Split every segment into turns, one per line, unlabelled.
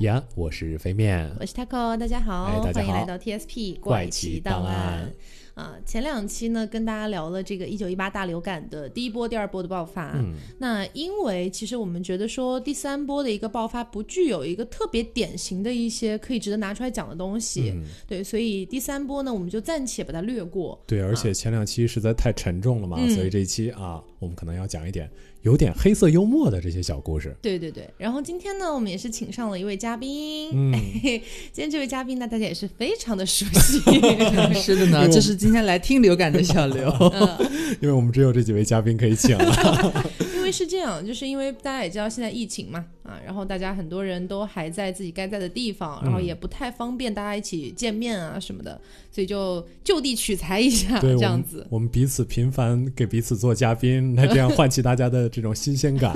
呀，我是飞面。
我是 Taco，大家好，
哎大家好
欢迎来到 TSP
怪奇
奇
档
档
案
啊，前两期呢，跟大家聊了这个一九一八大流感的第一波、第二波的爆发。
嗯，
那因为其实我们觉得说第三波的一个爆发不具有一个特别典型的一些可以值得拿出来讲的东西，
嗯
对，所以第三波呢，我们就暂且把它略过。
对，而且前两期实在太沉重了嘛，
啊嗯
所以这一期啊，我们可能要讲一点有点黑色幽默的这些小故事。
对对对，然后今天呢，我们也是请上了一位嘉宾，
嗯
今天这位嘉宾呢，大家也是非常的熟 悉，
是
因为
的
我
呢，
们
这是今天来听流感的 小刘。
因为我们只有这几位嘉宾可以请 了。
因为是这样，就是因为大家也知道现在疫情嘛，啊，然后大家很多人都还在自己该在的地方，然后
嗯
也不太方便大家一起见面啊什么的，所以就就地取材一下
对，
这
我
样
们
子。
我们彼此频繁给彼此做嘉宾，那这样唤起大家的这种新鲜 感。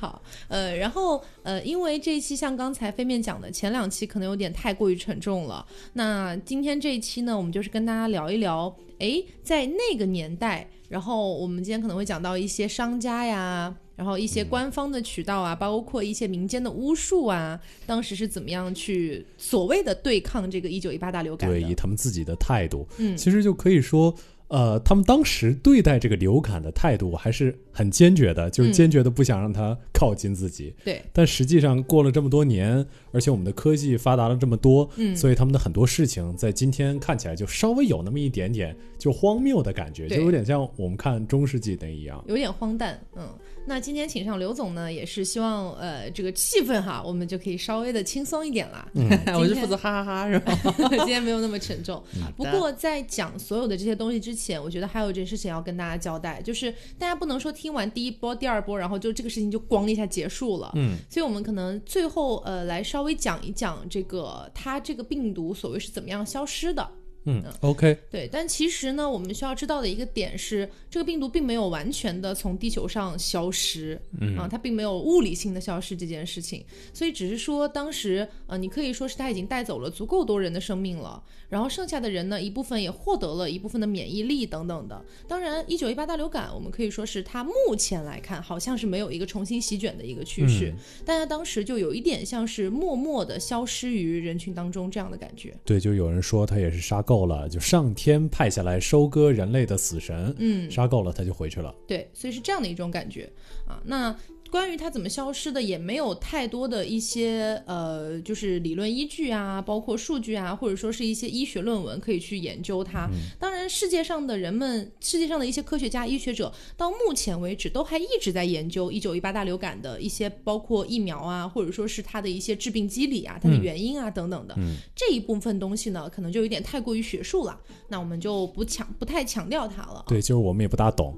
好，呃，然后呃，因为这一期像刚才飞面讲的，前两期可能有点太过于沉重了，那今天这一期呢，我们就是跟大家聊一聊，诶，在那个年代，然后我们今天可能会讲到一些商家呀。然后一些官方的渠道啊，包括一些民间的巫术啊，当时是怎么样去所谓的对抗这个一九一八大流感
对，以
的？
他们自己的态度，
嗯
其实就可以说，呃，他们当时对待这个流感的态度还是很坚决的，就是
嗯
坚决的不想让它靠近自己。
对，
但实际上过了这么多年，而且我们的科技发达了这么多，
嗯，
所以他们的很多事情在今天看起来就稍微有那么一点点就荒谬的感觉，
对
就有点像我们看中世纪那一样。
有点荒诞，嗯。那今天请上刘总呢，也是希望呃这个气氛哈，我们就可以稍微的轻松一点啦。
嗯
哎我是负责哈哈哈，是吧？
今天没有那么沉重。不过在讲所有的这些东西之前，我觉得还有一件事情要跟大家交代，就是大家不能说听完第一波、第二波，然后就这个事情就咣一下结束了。
嗯，
所以我们可能最后呃来稍微讲一讲这个它这个病毒所谓是怎么样消失的。
嗯，OK，
对，但其实呢，我们需要知道的一个点是，这个病毒并没有完全的从地球上消失，嗯啊，它并没有物理性的消失这件事情，所以只是说当时，呃，你可以说是它已经带走了足够多人的生命了，然后剩下的人呢，一部分也获得了一部分的免疫力等等的。当然，一九一八大流感，我们可以说是它目前来看好像是没有一个重新席卷的一个趋势，但它当时就有一点像是默默的消失于人群当中这样的感觉。
对，就有人说他也是杀够了，就上天派下来收割人类的死神，
嗯，啊
杀够了他就回去了。
对，所以是这样的一种感觉啊。那关于它怎么消失的，也没有太多的一些呃，就是理论依据啊，包括数据啊，或者说是一些医学论文可以去研究它。当然，世界上的人们，世界上的一些科学家、医学者，到目前为止都还一直在研究一九一八大流感的一些，包括疫苗啊，或者说是它的一些致病机理啊、它的原因啊、等等的。这一部分东西呢，可能就有点太过于学术了，那我们就不强不太强调它了啊。
对，就是我们也不大 懂。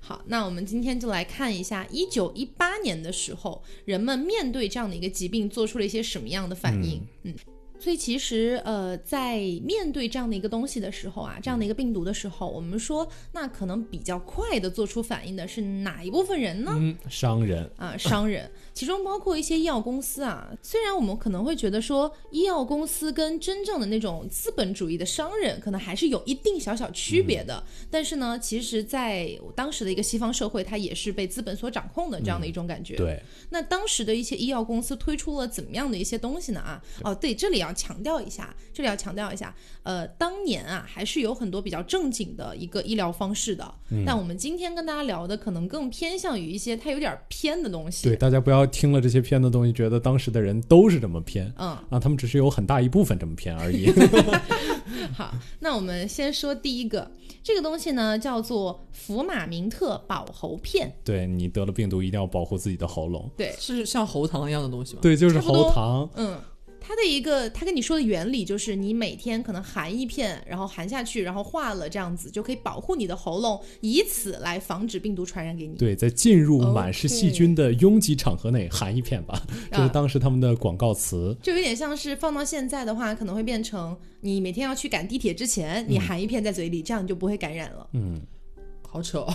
好，那我们今天就来看一下，一九一八年的时候，人们面对这样的一个疾病做出了一些什么样的反应。嗯。所以其实，呃，在面对这样的一个东西的时候啊，这样的一个病毒的时候，我们说，那可能比较快的做出反应的是哪一部分人呢？
嗯，商人，
啊，商人，其中包括一些医药公司啊。虽然我们可能会觉得说，医药公司跟真正的那种资本主义的商人可能还是有一定小小区别的，但是呢，其实在当时的一个西方社会，它也是被资本所掌控的这样的一种感觉。
对，
那当时的一些医药公司推出了怎么样的一些东西呢？啊，哦，对，这里要强调一下，这里要强调一下，呃，当年啊，还是有很多比较正经的一个医疗方式的，但我们今天跟大家聊的可能更偏向于一些它有点偏的东西。
对，大家不要听了这些偏的东西，觉得当时的人都是这么偏
嗯，
啊，他们只是有很大一部分这么偏而 已。
好，那我们先说第一个，这个东西呢叫做福马明特保喉片，
对你得了病毒，一定要保护自己的喉咙。
对，
是像喉糖一样的东西吗？
对，就是
差不多
喉糖。
嗯，它的一个，它跟你说的原理就是，你每天可能含一片，然后含下去，然后化了，这样子就可以保护你的喉咙，以此来防止病毒传染给你。
对，在进入
OK 啊
满是细菌的拥挤场合内含一片吧， 这是当时他们的广告词。
就有点像是放到现在的话，可能会变成你每天要去赶地铁之前，你含一片在嘴里，这样你就不会感染了。
嗯，
好丑，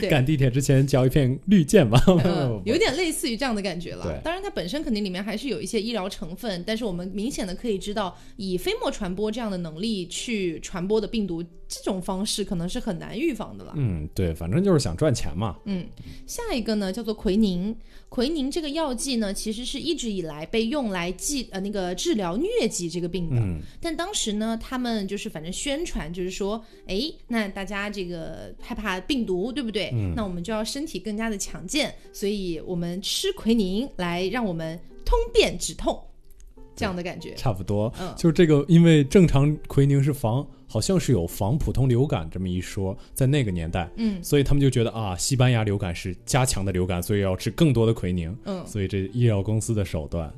对
赶地铁之前嚼一片绿箭吧，
嗯，有点类似于这样的感觉了
对。
当然，它本身肯定里面还是有一些医疗成分，但是我们明显的可以知道，以飞沫传播这样的能力去传播的病毒，这种方式可能是很难预防的了。
嗯，对，反正就是想赚钱嘛。
嗯，下一个呢叫做奎宁，奎宁这个药剂呢，其实是一直以来被用来治呃那个治疗疟疾这个病的。
嗯，
但当时呢，他们就是反正宣传就是说，哎，那大家这个害怕病毒，对不对？那我们就要身体更加的强健，所以我们吃奎宁来让我们通便止痛，这样的感觉。
差不多。
嗯
就是这个，因为正常奎宁是防，好像是有防普通流感这么一说，在那个年代，
嗯
所以他们就觉得啊，西班牙流感是加强的流感，所以要吃更多的奎宁。
嗯，
所以这医药公司的手段，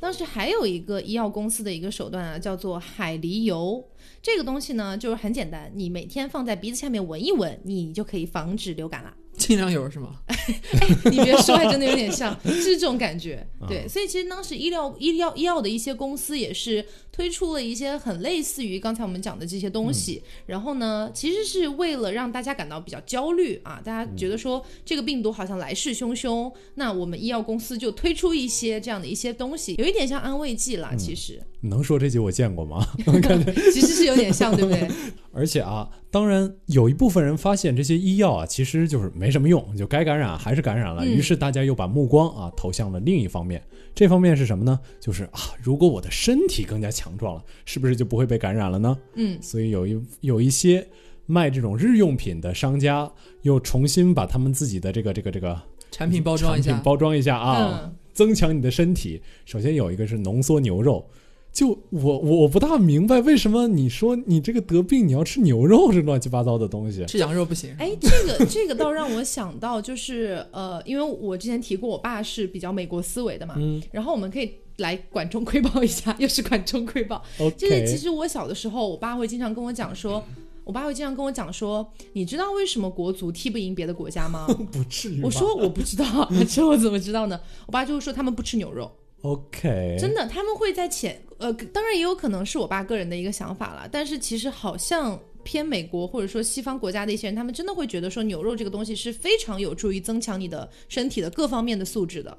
当时还有一个医药公司的一个手段啊，叫做海狸油。这个东西呢，就是很简单，你每天放在鼻子下面闻一闻，你就可以防止流感啦。
清凉油是吗？
你别说，还真的有点像，是这种感觉。对，所以其实当时医疗、医疗、医药的一些公司也是推出了一些很类似于刚才我们讲的这些东西。然后呢，其实是为了让大家感到比较焦虑啊，大家觉得说这个病毒好像来势汹汹，那我们医药公司就推出一些这样的一些东西，有一点像安慰剂啦。其实，
能说这集我见过吗？
其实是有点像，对 不对？
而且啊，当然有一部分人发现这些医药啊，其实就是没什么用，就该感染还是感染了。
嗯
于是大家又把目光啊投向了另一方面，这方面是什么呢？就是啊，如果我的身体更加强壮了，是不是就不会被感染了呢？
嗯，
所以有一有一些卖这种日用品的商家，又重新把他们自己的这个这个这个
产品包装一
产
下
品，包装一下啊，
嗯，
增强你的身体。首先有一个是浓缩牛肉，就我我我不大明白为什么你说你这个得病你要吃牛肉是乱七八糟的东西。
吃羊肉不行，
哎，这个这个倒让我想到，就是呃，因为我之前提过，我爸是比较美国思维的嘛，
嗯
然后我们可以来管中窥豹一下，又是管中窥豹。就是其
，OK，
实我小的时候，我爸会经常跟我讲说，我爸会经常跟我讲说，你知道为什么国足踢不赢别的国家 吗？
不至于吧。
我说我不知道， 这我怎么知道呢？我爸就会说他们不吃牛肉。
OK，
真的，他们会在潜呃，当然也有可能是我爸个人的一个想法了，但是其实好像偏美国或者说西方国家的一些人，他们真的会觉得说牛肉这个东西是非常有助于增强你的身体的各方面的素质的，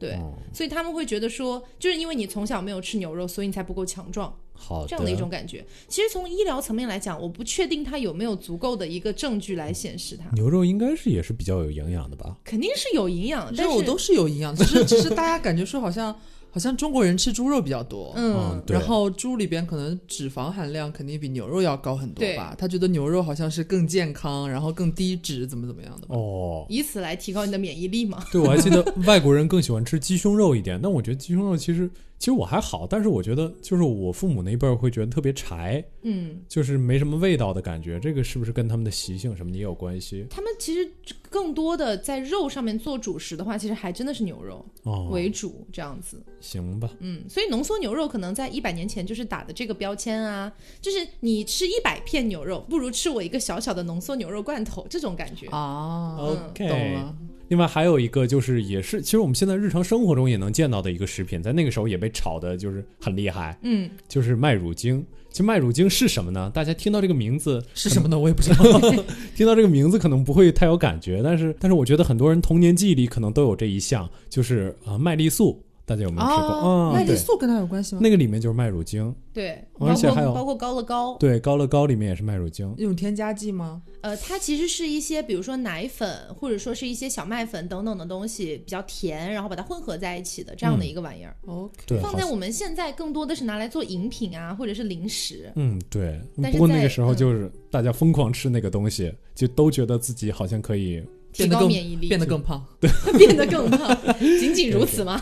对，
哦
所以他们会觉得说，就是因为你从小没有吃牛肉，所以你才不够强壮，
好
这样的一种感觉。其实从医疗层面来讲，我不确定它有没有足够的一个证据来显示它，
牛肉应该是也是比较有营养的吧？
肯定是有营养，但
肉
是
都是有营养，只是只 是大家感觉说好像好像中国人吃猪肉比较多，
嗯
嗯，对
然后猪里边可能脂肪含量肯定比牛肉要高很多
对
吧？他觉得牛肉好像是更健康，然后更低脂，怎么怎么样的吧？
哦，
以此来提高你的免疫力嘛。
对，我还记得外国人更喜欢吃鸡胸肉一点，但我觉得鸡胸肉其实其实我还好，但是我觉得就是我父母那辈儿会觉得特别柴，
嗯。
就是没什么味道的感觉。这个是不是跟他们的习性什么的也有关系？
他们其实更多的在肉上面做主食的话，其实还真的是牛肉
哦，
为主这样子。
行吧，
嗯，所以浓缩牛肉可能在一百年前就是打的这个标签啊，就是你吃一百片牛肉，不如吃我一个小小的浓缩牛肉罐头这种感觉。
哦
嗯哦
啊，
OK
懂了。
另外还有一个就是，也是其实我们现在日常生活中也能见到的一个食品，在那个时候也被炒的就是很厉害，
嗯，
就是麦乳精。其实麦乳精是什么呢？大家听到这个名字，
是什么呢？我也不知道。
听到这个名字可能不会太有感觉，但是但是我觉得很多人童年记忆里可能都有这一项，就是啊、呃麦丽素，大家有没有吃过？
哦
啊，
麦丽
对，
素跟它有关系吗？
那个里面就是麦乳精，
对，包
而且
括
还有
包括高乐高，
对，高乐高里面也是麦乳精。
那种添加剂吗？
呃，它其实是一些比如说奶粉或者说是一些小麦粉等等的东西，比较甜，然后把它混合在一起的这样的一个玩意儿。
哦，
嗯对，
放
好
在
像
我们现在更多的是拿来做饮品啊，或者是零食。
嗯，对。
但是
不过那
在
个时候
嗯
就是大家疯狂吃那个东西，就都觉得自己好像可以
提
变得
高
更
免疫力，
变得更胖。
变得更 胖，仅仅如此吗？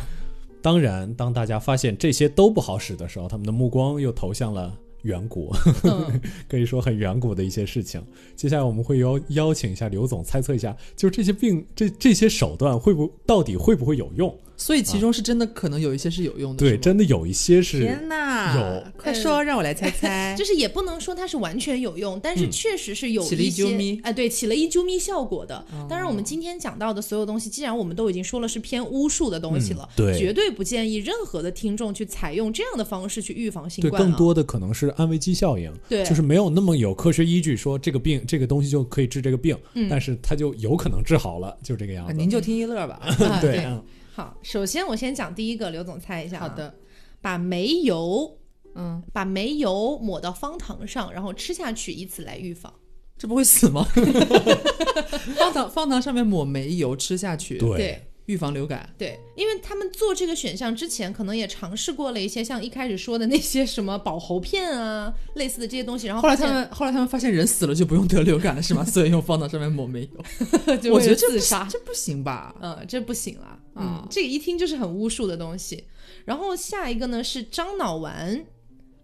当然，当大家发现这些都不好使的时候，他们的目光又投向了远古，
嗯，
可以说很远古的一些事情。接下来我们会邀邀请一下刘总，猜测一下，就这些病这这些手段会不到底会不会有用？
所以其中是真的可能有一些是有用
啊
的。
对，
是吗
真的有一些是
天哪，
有
快说，让我来猜 猜。
嗯就是也不能说它是完全有用，但是
嗯
确实是有
起了
一
一
些
啾咪
哎、对，起了一啾咪效果的。
哦
当然，我们今天讲到的所有东西，既然我们都已经说了是偏巫术的东西
嗯
了，
对
绝对不建议任何的听众去采用这样的方式去预防新
对，
冠、啊。
更多的可能是安慰剂效应，
对
就是没有那么有科学依据说这个病这个东西就可以治这个病，
嗯
但是它就有可能治好了，就这个样
啊
子。
您就听一乐吧。
啊
对
对
嗯
好，首先我先讲第一个，刘总猜一下、啊
好，的，
把煤油
嗯，
把煤油抹到方糖上，然后吃下去，以此来预防。
这不会死吗？方糖方糖上面抹煤油吃下去，
对
对，
预防流感。
对，因为他们做这个选项之前，可能也尝试过了一些像一开始说的那些什么保喉片啊，类似的这些东西，然后
后来
发
他
现
们后来他们发现人死了就不用得流感了是吗？所以用方糖上面抹煤油，
就
我
为
觉
了
得这不
自杀，
这不行吧？
嗯，这不行啦，嗯
啊，
这个一听就是很巫术的东西。然后下一个呢是樟脑丸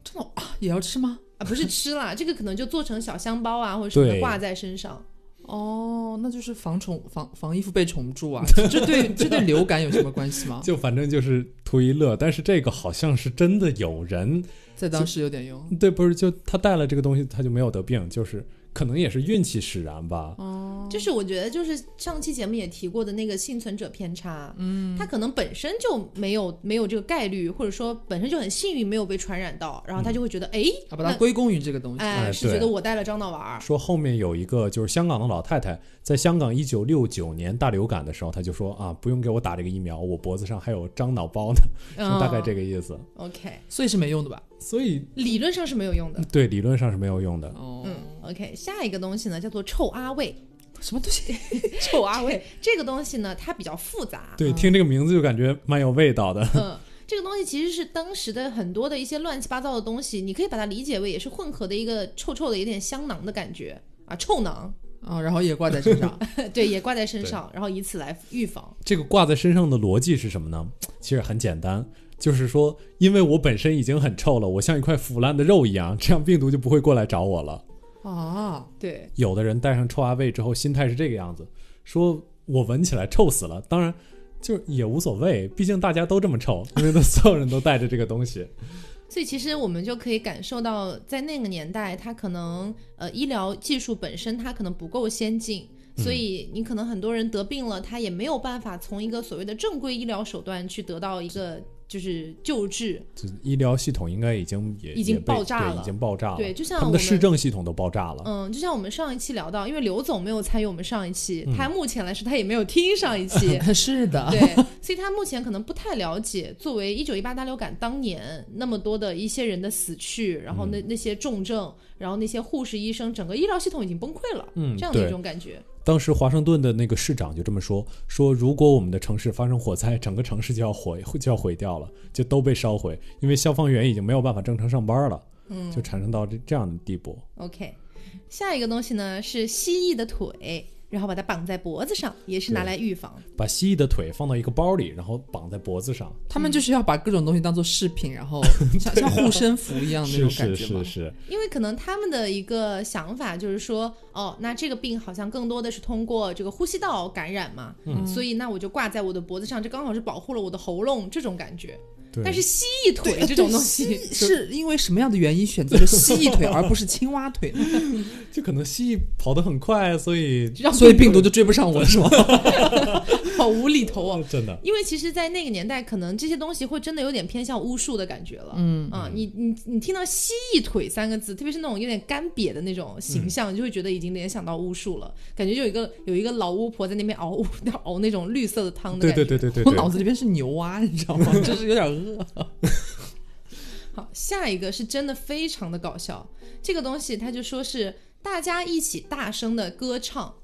真的啊，也要吃吗？
啊，不 是吃啦，这个可能就做成小香包啊，或者什么的
对
挂在身上。
哦，那就是防虫防防衣服被虫蛀啊， 这对这对流感有什么关系吗？
就反正就是图一乐。但是这个好像是真的有人，
在当时有点用。
对，不是就他带了这个东西，他就没有得病，就是可能也是运气使然吧。
哦
就是我觉得就是上期节目也提过的那个幸存者偏差，嗯，他可能本身就没有没有这个概率，或者说本身就很幸运没有被传染到，然后他就会觉得，哎、
啊，把它
那
归功于这个东西。
哎，
哎
是
对
觉得我带了樟脑丸儿，
说后面有一个就是香港的老太太，在香港一九六九年大流感的时候，她就说啊，不用给我打这个疫苗，我脖子上还有樟脑包呢，
嗯，
大概这个意思。
OK，
所以是没用的吧？
所以
理论上是没有用的。
对理论上是没有用的。
哦，
嗯，OK，下一个东西呢叫做臭阿魏，
什么东西？
臭阿魏这个东西呢它比较复杂，
对，听这个名字就感觉蛮有味道的。
嗯，这个东西其实是当时的很多的一些乱七八糟的东西，你可以把它理解为也是混合的一个臭臭的、有点香囊的感觉啊，臭囊，
啊，然后也挂在身 上，
对，也挂在身上，然后以此来预防。
这个挂在身上的逻辑是什么呢？其实很简单，就是说，因为我本身已经很臭了，我像一块腐烂的肉一样，这样病毒就不会过来找我了。
啊，，
对，
有的人戴上臭阿魏之后，心态是这个样子，说我闻起来臭死了，当然就是也无所谓，毕竟大家都这么 臭，因为都所有人都带着这个东西。
所以其实我们就可以感受到，在那个年代，它可能呃医疗技术本身它可能不够先进。所以
嗯
你可能很多人得病了，他也没有办法从一个所谓的正规医疗手段去得到一个就是救治，
就医疗系统应该已经也
已经
也被
爆炸
对
了
已经爆炸了。
对就像
啊他们
我
的
们
市政系统都爆炸了。
嗯，就像我们上一期聊到，因为刘总没有参与我们上一期，
嗯
他目前来说他也没有听上 一期
是的，
对，所以他目前可能不太了解，作为一九一八大流感当年那么多的一些人的死去，然后那
嗯
那些重症，然后那些护士、医生，整个医疗系统已经崩溃了，
嗯
这样的一
对
种感觉。
当时华盛顿的那个市长就这么说：说如果我们的城市发生火灾，整个城市就要毁就要毁掉了，就都被烧毁，因为消防员已经没有办法正常上班了，嗯，就产生到这这样的地步。
OK，下一个东西呢是蜥蜴的腿，然后把它绑在脖子上，也是拿
对
来预防。
把蜥蜴的腿放到一个包里，然后绑在脖子上，
他们就是要把各种东西当做饰品，然 后像像护身符一样的
是
那种感
是
觉嘛
是。是，
因为可能他们的一个想法就是说，哦，那这个病好像更多的是通过这个呼吸道感染嘛，
嗯
所以那我就挂在我的脖子上，这刚好是保护了我的喉咙这种感觉。
对。
但是蜥蜴腿
对
这种东西，
是是因为什么样的原因选择了蜥蜴 腿而不是青蛙 腿呢？
就可能蜥蜴跑得很快，所以
让
所以病毒就追不上我是吗？
好无厘头啊。
真的
因为其实，在那个年代，可能这些东西会真的有点偏向巫术的感觉了。嗯啊，你你你听到蜥蜴腿三个字，特别是那种有点干瘪的那种形象，你就会觉得已经联想到巫术了，感觉就有一个有一个老巫婆在那边熬 巫熬那种绿色的汤的
对
感觉。
对对对对
我脑
对，
子里边是牛蛙，你知道 吗？就是有点饿。
好，下一个是真的非常的搞笑，这个东西他就说是大家一起大声的歌唱，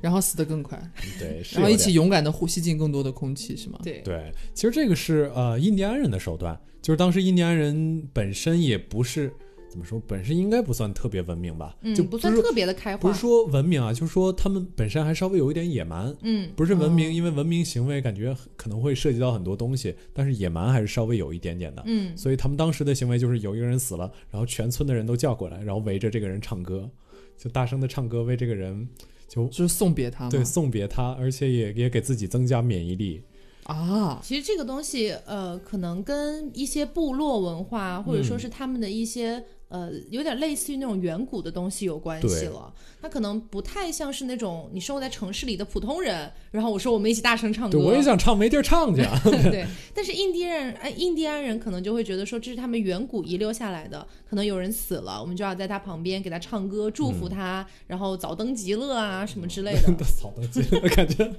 然后死得更快，
嗯对，是
然后
有
一
点
起勇敢的呼吸进更多的空气，是吗？
对，
对，其实这个是呃印第安人的手段，就是当时印第安人本身也不是怎么说，本身应该不算特别文明吧，
嗯，
就
不算
是
特别的开
不
化
是，说文明啊，就是说他们本身还稍微有一点野蛮，
嗯，
不是文明，因为文明行为感觉可能会涉及到很多东西，但是野蛮还是稍微有一点点的。
嗯，
所以他们当时的行为就是有一个人死了，然后全村的人都叫过来，然后围着这个人唱歌，就大声的唱歌为这个人就
就是送别他嘛。
啊
对，送别他，而且也也给自己增加免疫力。
啊，
其实这个东西，呃，可能跟一些部落文化，或者说
嗯
是他们的一些、呃，有点类似于那种远古的东西有关系
对
了。它可能不太像是那种你生活在城市里的普通人，然后我说我们一起大声唱歌，
对，我也 想唱，没地儿唱去啊。
对，但是印第安人，哎，印第安人可能就会觉得说这是他们远古遗留下来的，可能有人死了，我们就要在他旁边给他唱歌，祝福他，
嗯
然后早登极乐啊什么之类的。
草到街了，感觉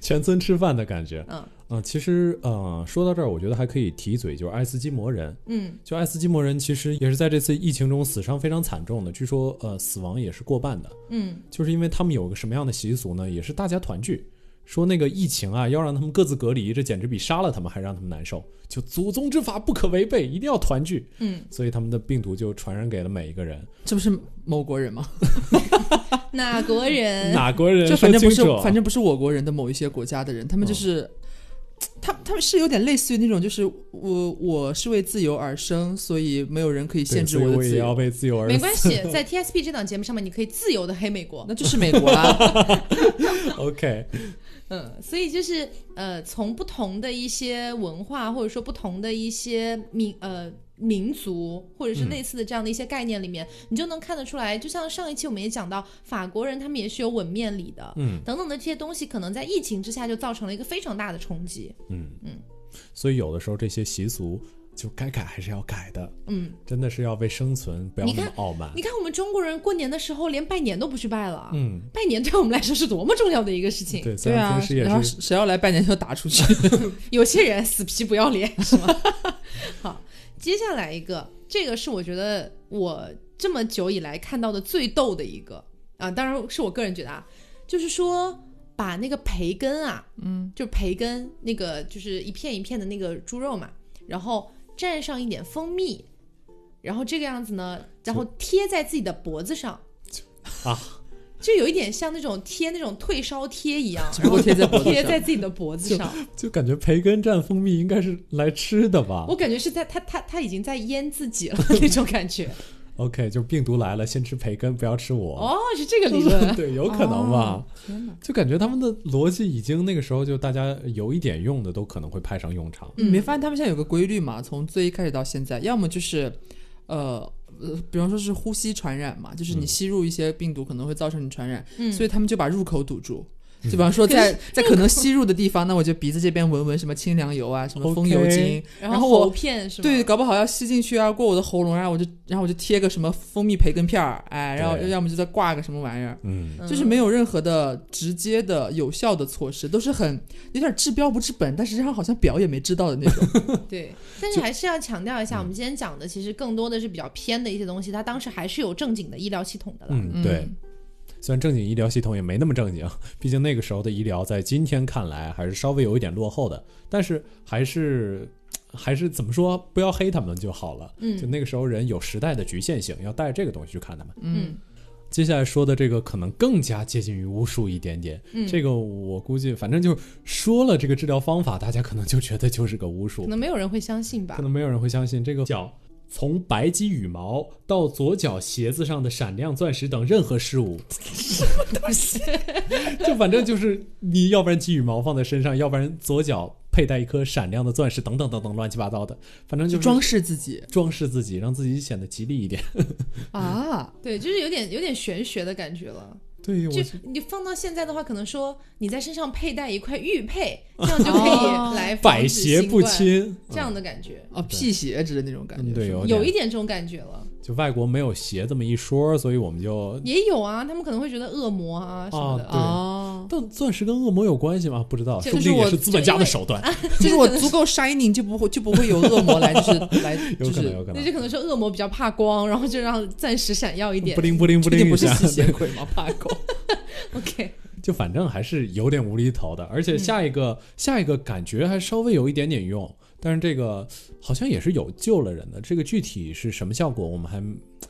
全村吃饭的感觉。
嗯
嗯，其实呃，说到这儿，我觉得还可以提一嘴，就是爱斯基摩人。
嗯，
就爱斯基摩人其实也是在这次疫情中死伤非常惨重的，据说呃死亡也是过半的。
嗯，
就是因为他们有个什么样的习俗呢？也是大家团聚，说那个疫情啊，要让他们各自隔离，这简直比杀了他们还让他们难受。就祖宗之法不可违背，一定要团聚。
嗯，
所以他们的病毒就传染给了每一个 人。
这不是某国人吗？
哪 国人？
哪国人
就
说
反正不
清
是
楚？，
反正不是我国人的某一些国家的人，他们就是，
哦
他他们是有点类似于那种，就是我我是为自由而生，所以没有人可以
对
限制
所以
我的
我
自
也要
由。
为自由而
没
死。
关系，在 TSP 这档节目上面，你可以自由的黑美国。
那就是美国 啦，
OK，
嗯，所以就是呃，从不同的一些文化，或者说不同的一些民呃民族，或者是
嗯
类似的这样的一些概念里面，你就能看得出来。就像上一期我们也讲到，法国人他们也是有吻面礼的，
嗯
等等的这些东西，可能在疫情之下就造成了一个非常大的冲击。
嗯
嗯，
所以有的时候这些习俗就该改还是要改的，
嗯，
真的是要为生存，不要
你
那
看
么傲慢
你。看我们中国人过年的时候连拜年都不去拜了，
嗯，
拜年对我们来说是多么重要的一个事情。
对，虽
对
然
啊
平，时也
然后
是，
谁要来拜年就打出去。
有些人死皮不要脸， 是吗？好，接下来一个，这个是我觉得我这么久以来看到的最逗的一个啊，当然是我个人觉得啊，就是说把那个培根啊，嗯，就培根那个就是一片一片的那个猪肉嘛，然后蘸上一点蜂蜜，然后这个样子呢，然后贴在自己的脖子上
啊。
就有一点像那种贴那种退烧贴一样，
只不过贴在脖子上嗯
贴在自己的脖子上，
就感觉培根蘸蜂蜜应该是来吃的吧
我感觉是在他他他已经在腌自己了 那种感觉。
？OK，就病毒来了，先吃培根，不要吃我。
哦，是这个理 论。
对，有可能吧
哦？天哪，
就感觉他们的逻辑已经那个时候就大家有一点用的都可能会派上用场。
你没发现他们现在有个规律嘛？从最一开始到现在，要么就是，呃。呃，比方说是呼吸传染嘛，就是
嗯
你吸入一些病毒可能会造成你传染，
嗯
所以他们就把入口堵住。
嗯
就比方说在在可能吸入的地方，那我就鼻子这边闻闻什么清凉油啊，什么风油
OK
精，
然
然
后
后
喉
我
片是吗？
对，，搞不好要吸进去啊，过我的喉咙，然后我就然后我就贴个什么蜂蜜培根片儿，哎，然后
对
要么就再挂个什么玩意儿，
嗯，
就是没有任何的直接的有效的措施，都是很有点治标不治本，但实际上好像表也没知道的那种。
对。但是还是要强调一下，我们今天讲的其实更多的是比较偏的一些东西，它当时还是有正经的医疗系统的啦。
嗯， 对。虽然正经医疗系统也没那么正经， 毕竟那个时候的医疗在今天看来还是稍微有一点落后的，但是还是还是怎么说，不要黑他们就好了。
嗯
就那个时候人有时代的局限性，要带着这个东西去看他们。
嗯
接下来说的这个可能更加接近于巫术一点点，
嗯
这个我估计反正就说了这个治疗方法，大家可能就觉得就是个巫术
可，能没有人会相信吧
可。能没有人会相信这个叫从白鸡羽毛到左脚鞋子上的闪亮钻石等任何事物，就反正就是你要不然鸡羽毛放在身上，要不然左脚佩戴一颗闪亮的钻石，等等等等乱七八糟的，反正
就
就是
装饰自己
装饰自己，让自己显得吉利一点。
啊，
对，就是有点有点玄学的感觉了。
对，我
就你放到现在的话，可能说你在身上佩戴一块玉佩，这样就可以来防
哦百
止
邪
新
不
冠
侵。嗯
这样的感觉，
哦，辟邪之类的那种感觉。
嗯对
是吧
有
有
点
一点这种感觉了。
就外国没有鞋这么一说，所以我们就
也有啊，他们可能会觉得恶魔啊什么的。
对
哦，
但钻石跟恶魔有关系吗？不知道，
就
说不定
就是
也
我
是资本
就
家
因
的
为
手段，
就是我足够 shining 就不会就不会有恶魔来，就是来
有
就
可能，
是
有可
那
能
就。可能是恶魔比较怕光，然后就让暂时闪耀一点
不。灵不灵不
这定
灵一
不是
下，
吸血鬼吗？怕狗
OK，
就反正还是有点无厘头的，而且下一个、下一个感觉还稍微有一点点用，但是这个好像也是有救了人的。这个具体是什么效果，我们还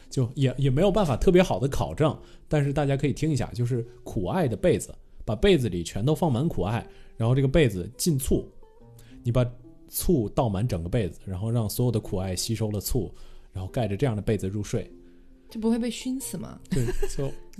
就也也没有办法特别好的考证，但是大家可以听一下，就是苦艾的被子，把被子里全都放满苦艾，然后这个被子浸醋，你把醋倒满整个被子，然后让所有的苦艾吸收了醋，然后盖着这样的被子入睡。
就不会被熏死吗？
对，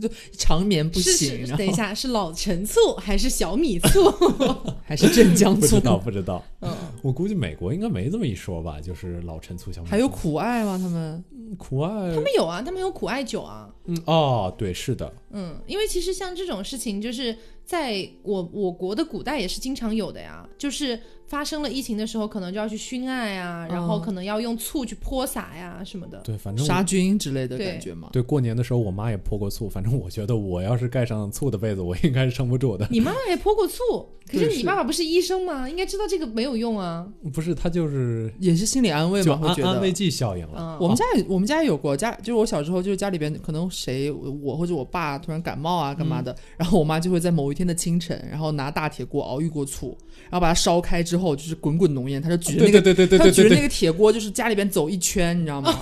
就
长眠不
是
醒，
是
然
等一
后
下，是老陈醋还是小米醋？
还是镇江
不
醋
知，道不知道。
嗯，
我估计美国应该没这么一说吧，就是老陈醋小米醋
还有苦艾吗？他们
苦艾
他，们有啊，他们有苦艾酒啊。
嗯哦，对，是的，
嗯，因为其实像这种事情，就是在我我国的古代也是经常有的呀，就是发生了疫情的时候，可能就要去熏艾啊，然后
嗯
可能要用醋去泼洒呀什么的。
对，反正我
杀菌之类的
对
感觉吗？
对过年的时候，我妈也泼过醋。反正我觉得，我要是盖上醋的被子，我应该是撑不住的。
你妈妈也泼过醋，可是
对
你
是
爸爸不是医生吗？应该知道这个没有用啊。
不是，她就是
也是心理安慰
就
嘛，会
安
觉
安慰
得。
剂效应了。
嗯，
我们家也我们家也有过，家就是我小时候就是家里边可能谁我或者我爸突然感冒啊干
嗯
嘛的，然后我妈就会在某一天的清晨，然后拿大铁锅熬一锅醋，然后把它烧开之后就是滚滚浓烟，她就举着
对
那个
对对对啊对
他
对
举
对
着那
对，
个铁锅，就是家里边走一圈，你知道 吗？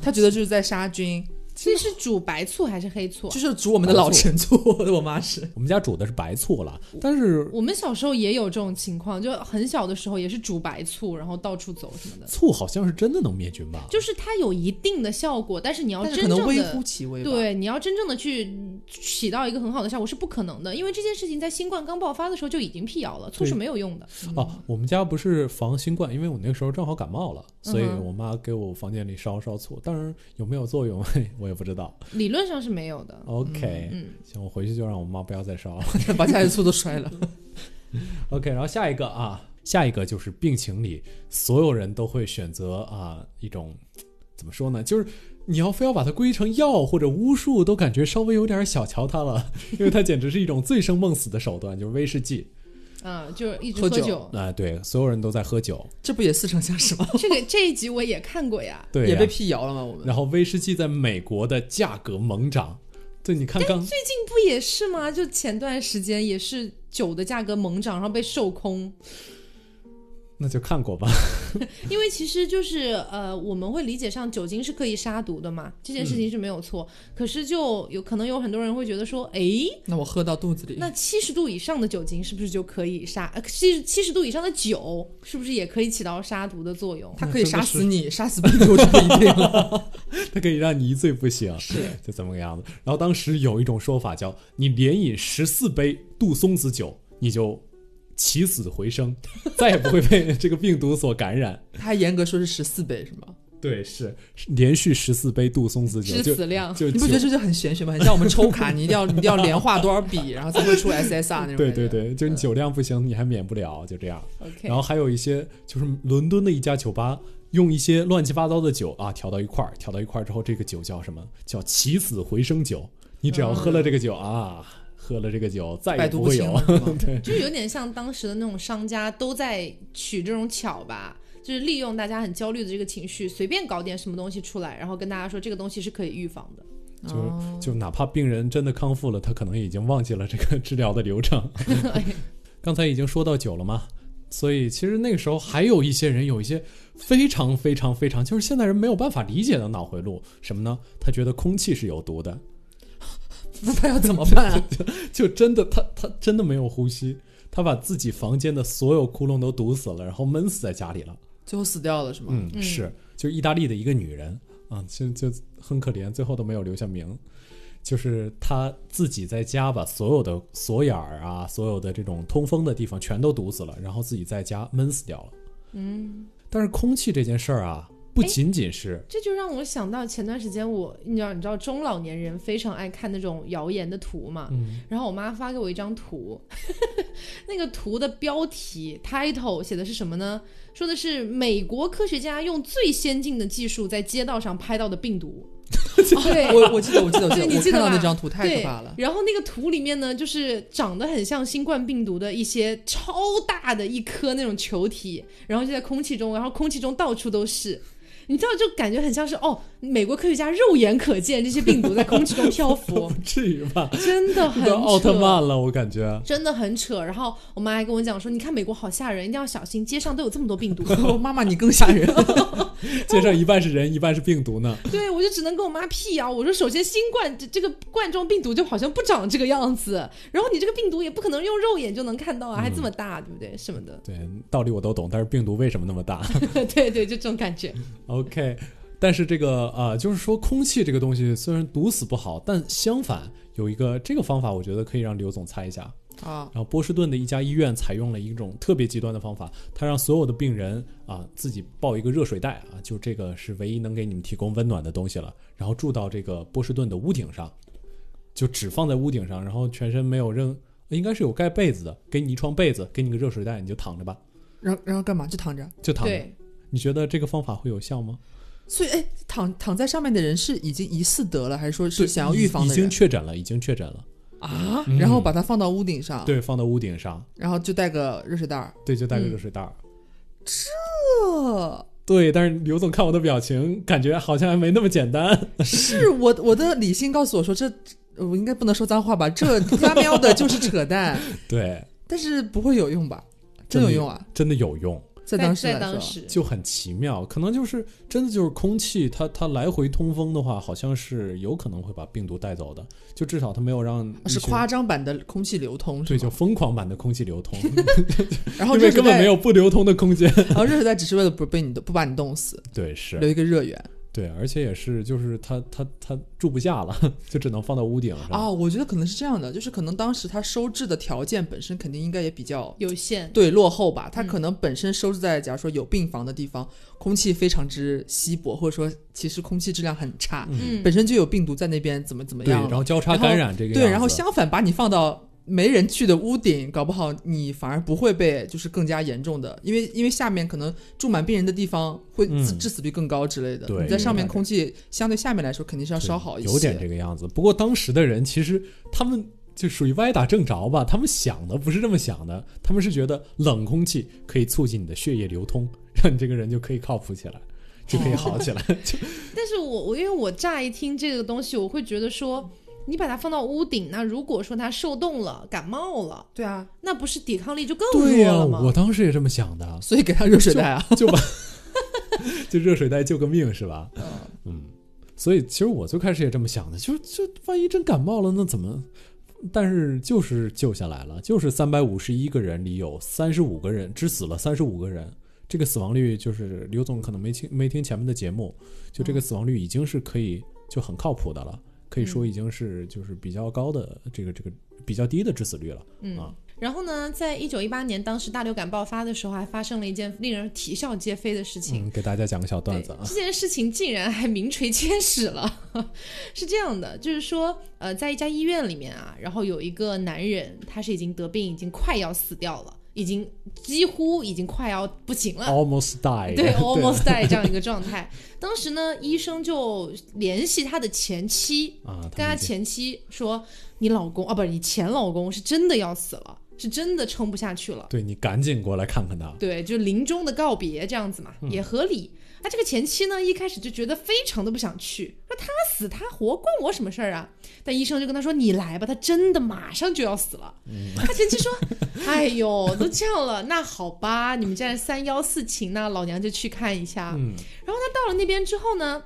他觉得就是在杀菌，
这是煮白醋还是黑醋啊？
就是煮我们的老陈醋。我妈是，
我们家煮的是白醋了，但是
我们小时候也有这种情况，就很小的时候也是煮白醋，然后到处走什么的，
醋好像是真的能灭菌吧？
就是它有一定的效果，但是你要
但是
哦真
可
正
能微
的
乎其微吧。，
对你要真正的去起到一个很好的效果是不可能的，因为这件事情在新冠刚爆发的时候就已经辟谣了，醋是没有用的。
哦，我们家不是防新冠，因为我那个时候正好感冒了，所以
嗯哼
我妈给我房间里烧烧醋，当然有没有作用 我也不知道。
理论上是没有
哦
的。
OK，、
嗯，
行，我回去就让我妈不要再烧了。
把家里 醋都摔了。
OK，然后下一个啊，下一个就是病情里所有人都会选择啊一种怎么说呢，就是。你要非要把它归成药或者巫术，都感觉稍微有点小瞧它了， 因为它简直是一种醉生梦死的手段，就是威士忌
啊，就是一直
喝
酒。
酒
啊、对，所有人都在喝酒，
这不也似曾相识吗？
这个这一集我也看过 呀，
对、呀
也被辟谣了吗？我们
然后威士忌在美国的价格猛涨，对，你看刚
最近不也是吗？就前段时间也是酒的价格猛涨，然后被售空。
那就看过吧。
因为其实就是呃，我们会理解上酒精是可以杀毒的嘛，这件事
嗯
情是没有错。可是就有可能有很多人会觉得说，诶，
那我喝到肚子里，
那七十度以上的酒精是不是就可以杀？呃，七七十度以上的酒是不是也可以起到杀毒的作用？
它可以杀死你，杀死病毒就不一定 了。
它可以让你一醉不醒，是就怎么个样子。然后当时有一种说法叫你连饮十四杯杜松子酒，你就起死回生， 再也不会被这个病毒所感染。
它还严格说是十四倍是吗？
对，是是连续十四杯杜松子酒
致
就
死量
就
你不觉得
酒
这就很玄学吗？很像我们抽卡，你一定要你一定要连画多少笔，然后才会出 SSR 那种。
对对，对，就是你酒量不行，你还免不了，就这样。
，OK，
然后还有一些就是伦敦的一家酒吧，用一些乱七八糟的酒啊调到一块儿，调到一块儿之后，这个酒叫什么？叫起死回生酒。你只要喝了这个酒、啊，喝了这个酒再也
嗯百毒
不
不
会
侵
有
了。是 吗
就有点像当时的那种商家都在取这种巧吧，就是利用大家很焦虑的这个情绪，随便搞点什么东西出来，然后跟大家说这个东西是可以预防的。
就
嗯
就哪怕病人真的康复了，他可能已经忘记了这个治疗的流 程。刚才已经说到酒了嘛，所以其实那个时候还有一些人有一些非常非常非常就是现代人没有办法理解的脑回路，什么呢？他觉得空气是有毒的，
那他要怎么办啊？
就真的他他真的没有呼吸，他把自己房间的所有窟窿都堵死了，然后闷死在家里了。
最后死掉了是吗？
嗯，
嗯
是，就是意大利的一个女人啊，就就很可怜，最后都没有留下名。就是她自己在家把所有的锁眼儿啊，所有的这种通风的地方全都堵死了，然后自己在家闷死掉了。
嗯，
但是空气这件事儿啊，不仅仅是
这就让我想到前段时间我，你知道，你知道中老年人非常爱看那种谣言的图嘛，
嗯
然后我妈发给我一张图， 那个图的标题 title 写的是什么呢？说的是美国科学家用最先进的技术在街道上拍到的病毒。对，
我我记得我记得我记
对
得，
你
我
记
看
得
到
吧
那张图太可
对
怕了。
然后那个图里面呢，就是长得很像新冠病毒的一些超大的一颗那种球体，然后就在空气中，然后空气中到处都是。你知道，就感觉很像是哦，美国科学家肉眼可见这些病毒在空气中漂浮
不，至于吧？
真的很
到奥特
扯
曼了，我感觉。
真的很扯。然后我妈还跟我讲说，你看美国好吓人，一定要小心，街上都有这么多病毒。
哦，妈妈你更吓 人。
街上一半是人，一半是病毒呢。
对我就只能跟我妈辟谣，我说首先新冠这这个冠状病毒就好像不长这个样子，然后你这个病毒也不可能用肉眼就能看到啊，还这么
嗯
大，对不对？什么的，
对，道理我都懂，但是病毒为什么那么大嗯
对对，就这种感觉。
？OK，但是这个啊、呃就是说空气这个东西虽然毒死不好，但相反有一个这个方法，我觉得可以让刘总猜一下。
啊，
然后波士顿的一家医院采用了一种特别极端的方法，他让所有的病人啊自己抱一个热水袋啊，就这个是唯一能给你们提供温暖的东西了，然后住到这个波士顿的屋顶上，就只放在屋顶上，然后全身没有任，应该是有盖被子的，给你一床被子，给你个热水袋，你就躺着吧，
然后然后干嘛？就躺着。
就躺着。
对，
你觉得这个方法会有效吗？
所以，哎，躺躺在上面的人是已经疑似得了，还是说
对
是想要预防
已
的
经
人
确诊了，已经确诊了，
啊
嗯？
然后把它放到屋顶上，，
对，放到屋顶上，
然后就带个热水 袋儿。
对，就带个
嗯
热水袋儿。
呃，
对，但是刘总看我的表情，感觉好像还没那么简单。
是我我的理性告诉我说，这我应该不能说脏话吧？这他喵的就是扯淡，
对，
但是不会有用吧？
真
真
的
有用啊，
真的有用。
在
在
当时来
在
说，
当时，
就很奇妙，可能就是真的就是空气，它它来回通风的话，好像是有可能会把病毒带走的，就至少它没有让
啊是
一群
夸张版的空气流通，
对，
是
就
吗
疯狂版的空气流通，
然后
因为
热水
根本
袋
没，有不流通的空间。
然后热水袋只是为了不被你不把你冻死，
对，
留
是，
一个热源。
对，而且也是，就是它它它住不下了， 就只能放到屋顶上。
啊，我觉得可能是这样的，就是可能当时他收治的条件本身肯定应该也比较
有限，
对落后吧，他
嗯
可能本身收治在假如说有病房的地方，空气非常之稀薄，或者说其实空气质量很差，
嗯，
本身就有病毒在那边怎么怎么
对，
样了，
然后交叉
嗯然后
感染这个
对，然
样
后
子
相反把你放到。没人去的屋顶，搞不好你反而不会被就是更加严重的，因为因为下面可能住满病人的地方会致
嗯
致死率更高之类的。
对
你在上面
有点
空气相对下面来说肯定是要
对
稍好一些。
有点这个样子。不过当时的人其实他们就属于歪打正着吧，他们想的不是这么想的，他们是觉得冷空气可以促进你的血液流通，让你这个人就可以靠谱起来，就可以好起来。 就
但是我我因为我乍一听这个东西，我会觉得说，你把它放到屋顶，那如果说它受冻了、感冒了，
对啊，
那不是抵抗力就更
对
弱
呀、
了吗？
我当时也这么想的，
所以给他热水袋啊。
就把就热水袋救个命是吧？嗯，所以其实我最开始也这么想的，就是这万一真感冒了，那怎么？但是就是救下来了，就是三百五十一个人里有三十五个人只死了三十五个人，这个死亡率就是刘总可能没听没听前面的节目，就
嗯
这个死亡率已经是可以就很靠谱的了，可以
嗯
说已经是就是比较高的这个这个比较低的致死率了。啊
嗯。然后呢，在一九一八年，当时大流感爆发的时候，还发生了一件令人啼笑皆非的事情。
嗯，给大家讲个小段
对，
子啊，
这件事情竟然还名垂千史了。 是这样的，就是说，呃，在一家医院里面啊，然后有一个男人，他是已经得病，已经快要死掉了，已经几乎已经快要不行了。
，almost 啊 die，
对，almost die 这样一个状态。当时呢，医生就联系他的前妻，
啊，
跟他
们已经
前妻说，你老公啊，不是你前老公是真的要死了，是真的撑不下去了。
对你赶紧过来看看他。
对，就临终的告别这样子嘛，也合理。那、这个前妻呢，一开始就觉得非常的不想去，说他死他活关我什么事儿啊？但医生就跟他说：“你来吧，他真的马上就要死了。他前妻说：“哎呦，都这样了，那好吧，你们既然三幺四请，那老娘就去看一下。
嗯
然后他到了那边之后呢，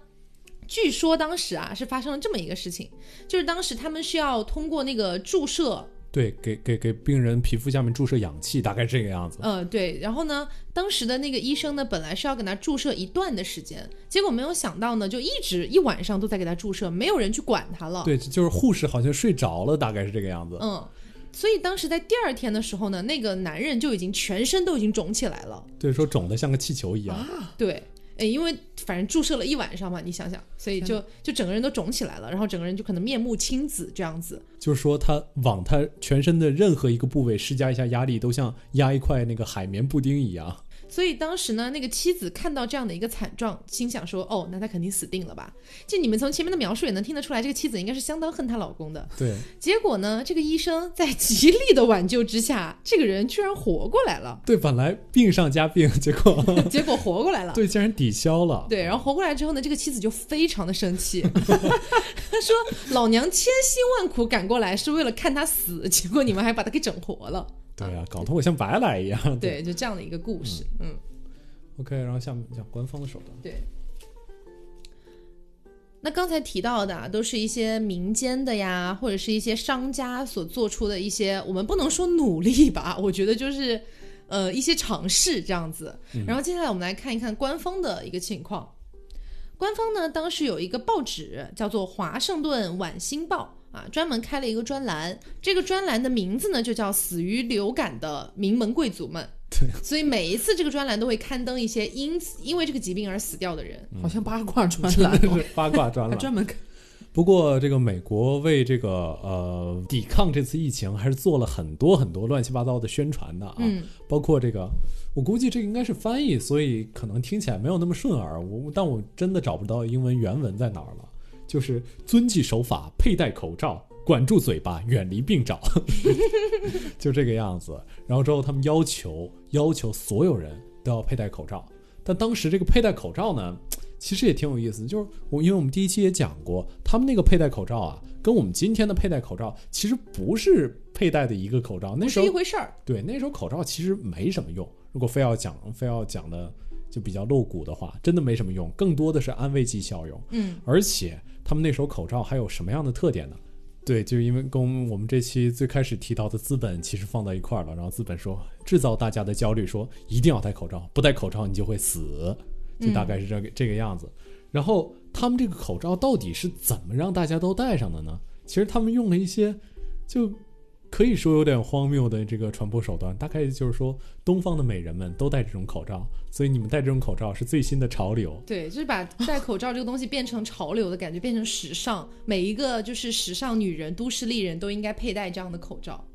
据说当时啊是发生了这么一个事情，就是当时他们是要通过那个注射，
对，给给给病人皮肤下面注射氧气，大概这个样子。
呃，对，然后呢，当时的那个医生呢，本来是要给他注射一段的时间，结果没有想到呢，就一直一晚上都在给他注射，没有人去管他了。
对，就是护士好像睡着了，大概是这个样子。
嗯，所以当时在第二天的时候呢，那个男人就已经全身都已经肿起来了。
对，说肿得像个气球 一样。
嗯对，哎，因为反正注射了一晚上嘛，你想想，所以就就整个人都肿起来了，然后整个人就可能面目青紫这样子。
就是说他往他全身的任何一个部位施加一下压力，都像压一块那个海绵布丁一样。
所以当时呢，那个妻子看到这样的一个惨状，心想说：“哦，那她肯定死定了吧？”就你们从前面的描述也能听得出来，这个妻子应该是相当恨她老公的。
对，，
结果呢，这个医生在极力的挽救之下，这个人居然活过来了
对，本来病上加病，结 果
结果活过来了。
对竟然抵消了。
对，然后活过来之后呢，这个妻子就非常的生气，她说：“老娘千辛万苦赶过来是为了看他死，结果你们还把他给整活了。
对啊，搞得我像白来一样。”
对，就这样的一个故事。嗯，
，OK，然后下面讲官方的手 段。
对。那刚才提到的、啊、都是一些民间的呀，或者是一些商家所做出的一些，我们不能说努力吧， 我觉得就是，呃，一些尝试这样子。然后接下来我们来看一看官方的一个情况。官方呢当时有一个报纸叫做《华盛顿晚星报》啊，专门开了一个专栏，这个专栏的名字呢就叫“死于流感的名门贵族们”。
对，
所以每一次这个专栏都会刊登一些因此因为这个疾病而死掉的人。
好像八卦专 栏，
是八卦专
还
栏。
专 门看
不过，这个美国为这个呃抵抗这次疫情，还是做了很多很多乱七八糟的宣传的啊，
嗯
包括这个，我估计这个应该是翻译，所以可能听起来没有那么顺耳。我但我真的找不到英文原文在哪儿了，就是遵纪守法，佩戴口罩。管住嘴巴，远离病灶， 就这个样子。然后之后，他们要求要求所有人都要佩戴口罩。但当时这个佩戴口罩呢，其实也挺有意思，就是我因为我们第一期也讲过，他们那个佩戴口罩啊，跟我们今天的佩戴口罩其实不是佩戴的一个口罩。那
不
时
是
候
一回事儿，
对那时候口罩其实没什么用，如果非要讲非要讲的就比较露骨的话，真的没什么用，更多的是安慰剂效用。
嗯，
而且他们那时候口罩还有什么样的特点呢？对，就因为跟我们这期最开始提到的资本其实放到一块儿了，然后资本说制造大家的焦虑，说一定要戴口罩，不戴口罩你就会死，就大概是这个、这个样子。然后他们这个口罩到底是怎么让大家都戴上的呢？其实他们用了一些就可以说有点荒谬的这个传播手段，大概就是说东方的美人们都戴这种口罩，所以你们戴这种口罩是最新的潮流。
对，就是把戴口罩这个东西变成潮流的感觉，变成时尚。每一个就是时尚女人、都市丽人都应该佩戴这样的口罩，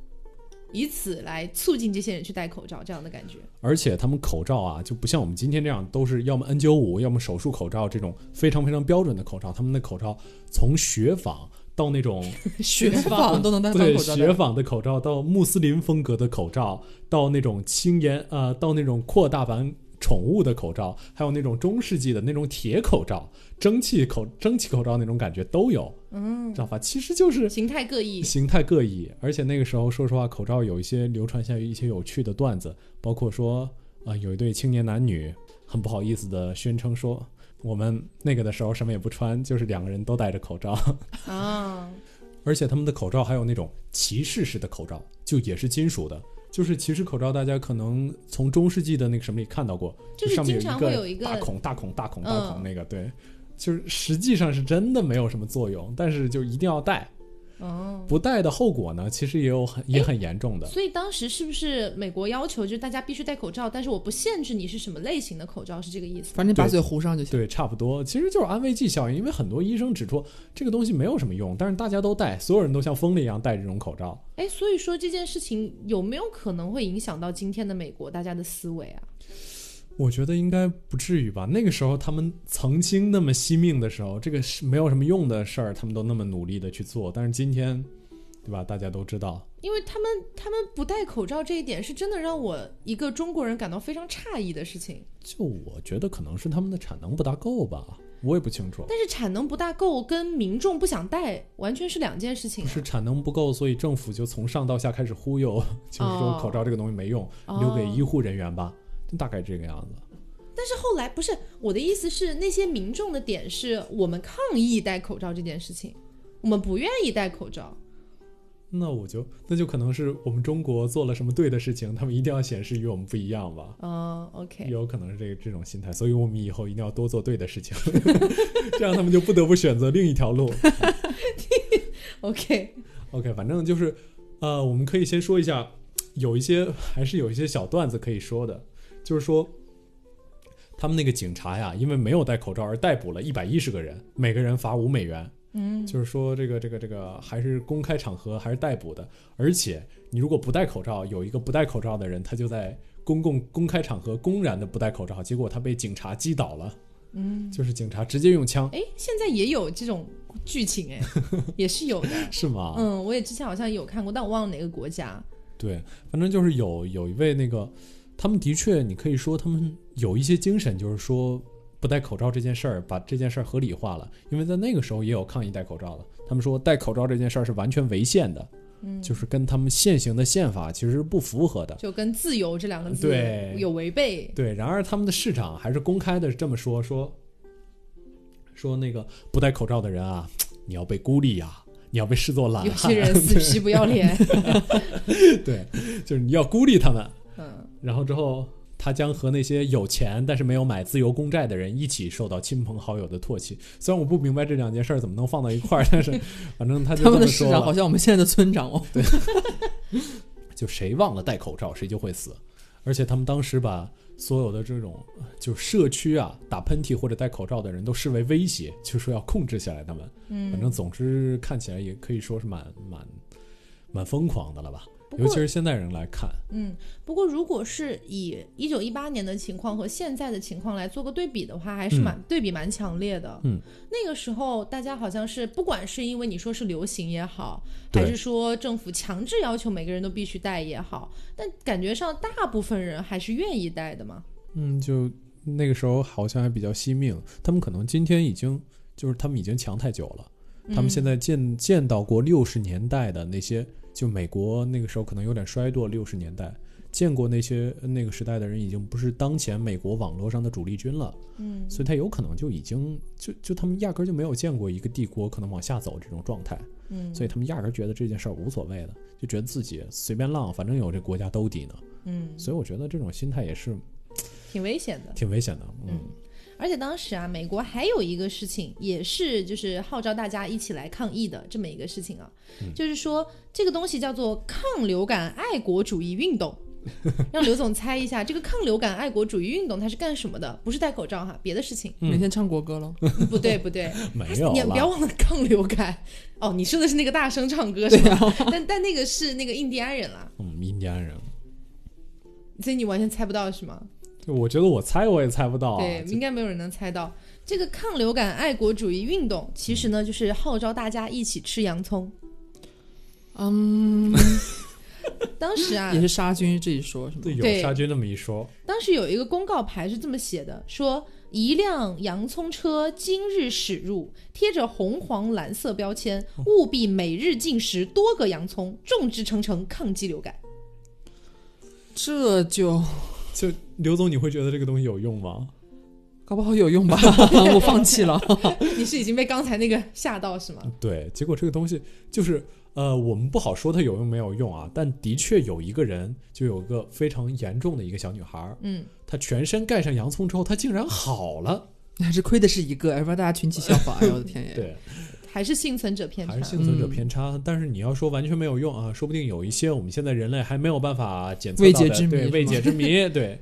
以此来促进这些人去戴口罩，这样的感觉。
而且他们口罩啊，就不像我们今天这样，都是要么 N95，要么手术口罩这种非常非常标准的口罩。他们的口罩从雪纺到那 种
雪纺都能当当
对
口罩
雪
戴，
纺的口罩，到穆斯林风格的口罩，到那种轻颜呃，到那种扩大版宠物的口罩，还有那种中世纪的那种铁口罩、蒸汽口蒸汽口罩那种感觉都有，
嗯，
知道吧？其实就是
形态各 异。
形态各异，而且那个时候说实话，口罩有一些流传下一些有趣的段子，包括说啊、有一对青年男女很不好意思的宣称说，我们那个的时候什么也不穿，就是两个人都戴着口罩，
啊，
而且他们的口罩还有那种骑士式的口罩，就也是金属的。就是骑士口罩，大家可能从中世纪的那个什么里看到过，
就是
上面
经常
个
会有一个
大孔、大孔、大孔、大孔
嗯
那个，对，就是实际上是真的没有什么作用，但是就一定要戴。
哦。
不戴的后果呢，其实也有很也很严重的。
所以当时是不是美国要求就是大家必须戴口罩，但是我不限制你是什么类型的口罩，是这个意思？
反正你把嘴糊上就行。
对，差不多，其实就是安慰剂效应。因为很多医生指出这个东西没有什么用，但是大家都戴，所有人都像疯了一样戴这种口罩。
哎，所以说这件事情有没有可能会影响到今天的美国大家的思维啊？
我觉得应该不至于吧。那个时候他们曾经那么惜命的时候，这个是没有什么用的事儿，他们都那么努力的去做。但是今天，对吧？大家都知道，
因为他们他们不戴口罩这一点是真的让我一个中国人感到非常诧异的事情。
就我觉得可能是他们的产能不大够吧，我也不清楚。
但是产能不大够跟民众不想戴完全是两件事情、
不
啊。
是产能不够，所以政府就从上到下开始忽悠， 就是说口罩这个东西没用，
哦
留给医护人员吧，就大概这个样子。
但是后来不是我的意思是，那些民众的点是我们抗议戴口罩这件事情，我们不愿意戴口罩。
那我就那就可能是我们中国做了什么对的事情，他们一定要显示与我们不一样吧。
嗯、o k
有可能是这个这种心态，所以我们以后一定要多做对的事情， 这样他们就不得不选择另一条路。
OK，
OK，反正就是，呃，我们可以先说一下，有一些还是有一些小段子可以说的，就是说，他们那个警察呀，因为没有戴口罩而逮捕了一百一十个人，每个人罚五美元。嗯，就是说这个这个这个还是公开场合还是逮捕的，而且你如果不戴口罩，有一个不戴口罩的人，他就在公共公开场合公然的不戴口罩，结果他被警察击倒了。嗯，就是警察直接用枪，
哎，现在也有这种剧情哎，也是有的。
是吗？
嗯，我也之前好像有看过，但我忘了哪个国家。
对，反正就是有有一位那个，他们的确，你可以说他们有一些精神，就是说不戴口罩这件事儿，把这件事儿合理化了。因为在那个时候也有抗议戴口罩的，他们说戴口罩这件事儿是完全违宪的，
嗯，
就是跟他们现行的宪法其实是不符合的。
就跟自由这两个字
对
有违背。
对，然而他们的市长还是公开的这么说说，说那个不戴口罩的人啊，你要被孤立呀、啊你要被视作懒
有
汉
些，人死 皮不要脸。
对，就是你要孤立他们。
嗯，
然后之后他将和那些有钱但是没有买自由公债的人一起受到亲朋好友的唾弃。虽然我不明白这两件事儿怎么能放到一块儿，但是 反正他就这
他们
么
的市
说
长好
了，
像我们现在的村 长哦，
就谁忘了戴口罩谁就会死。而且他们当时把所有的这种就社区啊打喷嚏或者戴口罩的人都视为威胁，就说要控制下来他们。
嗯，
反正总之看起来也可以说是蛮蛮蛮疯狂的了吧，
不
尤
过
其是现代人来看。
嗯，不过如果是以一九一八年的情况和现在的情况来做个对比的话，还是蛮、对比蛮强烈的。
嗯，
那个时候大家好像是不管是因为你说是流行也好，
对
还是说政府强制要求每个人都必须戴也好，但感觉上大部分人还是愿意戴的嘛。
嗯，就那个时候好像还比较惜命，他们可能今天已经就是他们已经强太久了，他们现
在、
在见见到过六十年代的那些，就美国那个时候可能有点衰落，六十年代见过那些那个时代的人，已经不是当前美国网络上的主力军了，
嗯、
所以他有可能就已经就就他们压根儿就没有见过一个帝国可能往下走这种状态，
嗯，
所以他们压根儿觉得这件事儿无所谓的，就觉得自己随便浪，反正有这国家兜底呢，
嗯
所以我觉得这种心态也是
挺危险的。
挺危险的，嗯
而且当时啊，美国还有一个事情，也是就是号召大家一起来抗议的这么一个事情啊，
嗯
就是说这个东西叫做抗流感爱国主义 运动。让刘总猜一下，这个抗流感爱国主义运动它是干什么的？不是戴口罩哈，别的事情。
嗯
每天唱国歌了。
不对不对，
嗯
没有
你
了。
不要忘了抗流感。哦，你说的是那个大声唱歌是
对
吧？
啊，
但但那个是那个印第安人啦，
嗯，印第安人，
所以你完全猜不到是吗？
就我觉得我猜我也猜不到、啊。
对，
就
应该没有人能猜到。这个抗流感爱国主义运动，其实
嗯
呢就是号召大家一起吃 洋葱。
嗯，
当时啊
也，是杀菌自己说什么
对，有
对
杀菌那么一说，
当时有一个公告牌是这么写的，说一辆洋葱车今日驶入，贴着红黄蓝色标签，
哦
务必每日进食多个洋葱，众志成城抗击 流感。
这就
就刘总，你会觉得这个东西有用吗？
搞不好 有用吧？我放弃了。
你是已经被刚才那个吓到是吗？
嗯对，结果这个东西就是，呃，我们不好说它有用没有用啊，但的确有一个人，就有个非常严重的一个小女孩儿，
嗯，
她全身盖上洋葱之后，她竟然好了。
还是亏的是一个，要不然大家群起效仿。哎呦我的天爷！
对，
还是幸存者偏差
还是。幸存者
嗯
偏差，但是你要说完全没有用啊，说不定有一些我们现在人类还没有办法检测
未
到
解
的
之谜
对
是
未
吗
解之 谜，对，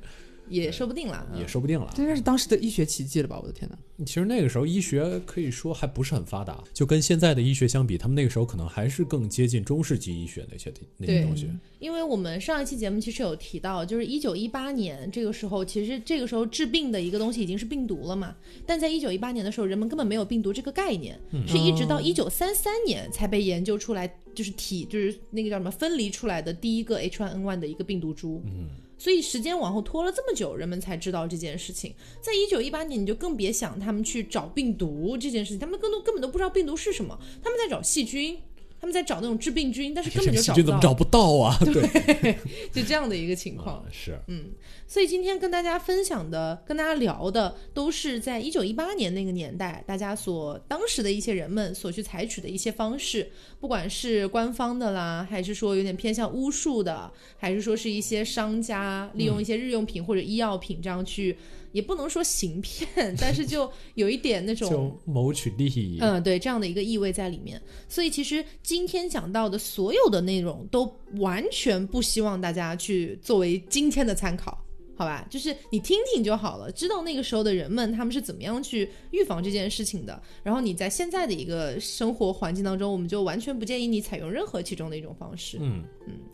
也说不定啦，
也说不定了。啊
这应该是当时的医学奇迹了吧？我的天哪！
其实那个时候医学可以说还不是很发达，就跟现在的医学相比，他们那个时候可能还是更接近中世纪医学那些地那些
对
东西。
因为我们上一期节目其实有提到，就是一九一八年这个时候，其实这个时候治病的一个东西已经是病毒了嘛。但在一九一八年的时候，人们根本没有病毒这个概念，是一直到
哦
一九三三年才被研究出来，就是体就是那个叫什么分离出来的第一个 H1N1 的一个病毒株。
嗯，
所以时间往后拖了这么久，人们才知道这件事情。在一九一八年，你就更别想他们去找病毒这件事情，他们根本根本都不知道病毒是什么，他们在找细菌，他们在找那种致病菌，但是根
这
本
个
就
细
找
菌
不
怎么
到。
找不到 啊？对，
就这样的一个情况
啊。是
嗯，所以今天跟大家分享的、跟大家聊的，都是在一九一八年那个年代，大家所当时的一些人们所去采取的一些方式，不管是官方的啦，还是说有点偏向巫术的，还是说是一些商家利用一些日用品或者医药品这样去，也不能说行骗， 但是就有一点那种
就谋取利益。
嗯，对，这样的一个意味在里面。所以其实今天讲到的所有的内容，都完全不希望大家去作为今天的参考。好吧，就是你听听就好了，知道那个时候的人们他们是怎么样去预防这件事情的。然后你在现在的一个生活环境当中，我们就完全不建议你采用任何其中的一种方式。
嗯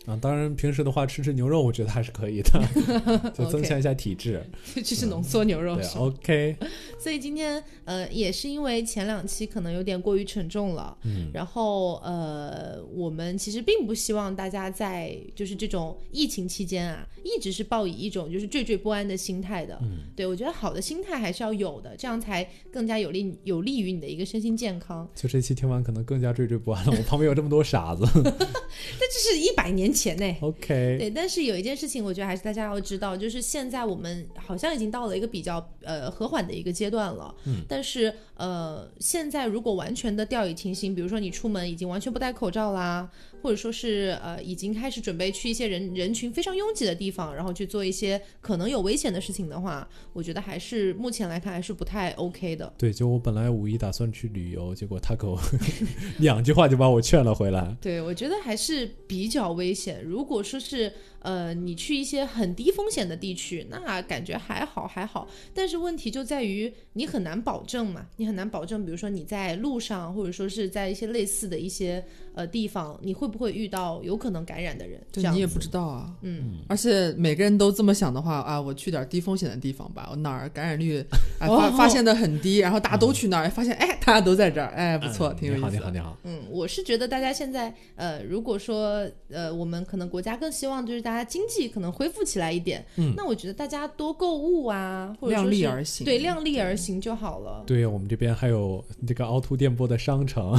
啊，当然平时的话吃吃牛肉，我觉得还是可以的， 就增强一下体质。
这 就是浓缩牛肉
对啊哦
是吧？
，OK，
所以今天呃，也是因为前两期可能有点过于沉重了，
嗯，
然后呃，我们其实并不希望大家在就是这种疫情期间啊，一直是抱以一种就是惴惴不安的心态的。
嗯，
对我觉得好的心态还是要有的，这样才更加有利有利于你的一个身心健康。
就这期听完可能更加惴惴不安了。我旁边有这么多傻子。
但这是一百年前呢、
OK，
对，但是有一件事情，我觉得还是大家要知道，就是现在我们好像已经到了一个比较呃和缓的一个阶段了。
嗯，
但是呃，现在如果完全的掉以轻心，比如说你出门已经完全不戴口罩啦，或者说是呃已经开始准备去一些人人群非常拥挤的地方，然后去做一些可能有危险的事情的话，我觉得还是目前来看还是不太 OK 的。
对，就我本来五一打算去旅游，结果他给我 两句话就把我劝了回来。
对，我觉得还是比较危险。如果说是呃，你去一些很低风险的地区，那感觉还好还好。但是问题就在于你很难保证嘛，你很难保证，比如说你在路上，或者说是在一些类似的一些呃地方，你会不会遇到有可能感染的人？这
对
样
你也
子
不知道啊。
嗯，
而且每个人都这么想的话啊，我去点儿低风险的地方吧，我哪儿感染率啊发
哦
发现的很低，然后大家都去那儿，发现哎大家都在这儿，哎不错，
嗯
挺有
你好，
意
你
思
好，
的。
你好。
嗯，我是觉得大家现在，呃，如果说，呃，我们可能国家更希望就是大家经济可能恢复起来一点，
嗯
那我觉得大家多购物啊，或者说
量力
是
而行
对，量力而行就好了。
对呀，我们这边还有这个凹凸电波的商 城，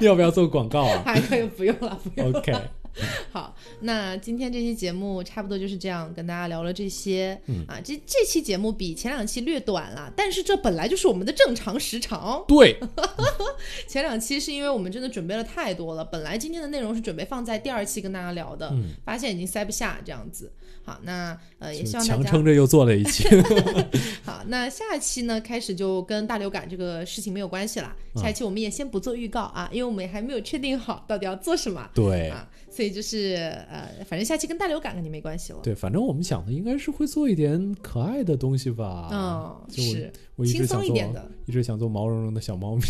你要不要做广告啊
还可以不用 了，不用了。
？OK，
好，那今天这期节目差不多就是这样，跟大家聊了这些、
嗯
啊。这这期节目比前两期略短啦，但是这本来就是我们的正常时长。
对，
前两期是因为我们真的准备了太多了，本来今天的内容是准备放在第二期跟大家聊的，
嗯
发现已经塞不下这样子。好，那呃也
就
希望大
强
家
撑着又做了一 期。
好，那下期呢，开始就跟大流感这个事情没有关系啦。
嗯
下一期我们也先不做预告啊，因为我们还没有确定好到底要做什么
对
啊，所以就是呃，反正下期跟大流感肯定没关系了。
对，反正我们想的应该是会做一点可爱的东西吧。
嗯，
啊就是我一
轻
直想啊
松一
做，
点的。
一直想做毛茸茸的小猫咪。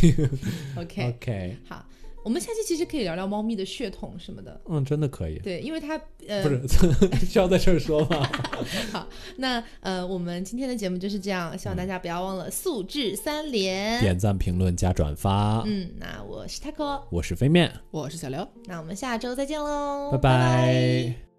OK，,
OK，
好，我们下期其实可以聊聊猫咪的血统什么的。
嗯，真的可以。
对，因为它呃，
不是 需要在这儿说 吗？
那呃，我们今天的节目就是这样，希望大家不要忘了素质三连。
点赞、评论、加转发。
嗯，那我是 taco，
我是飞面，
我是小刘。
那我们下周再见喽，
拜
哦拜
拜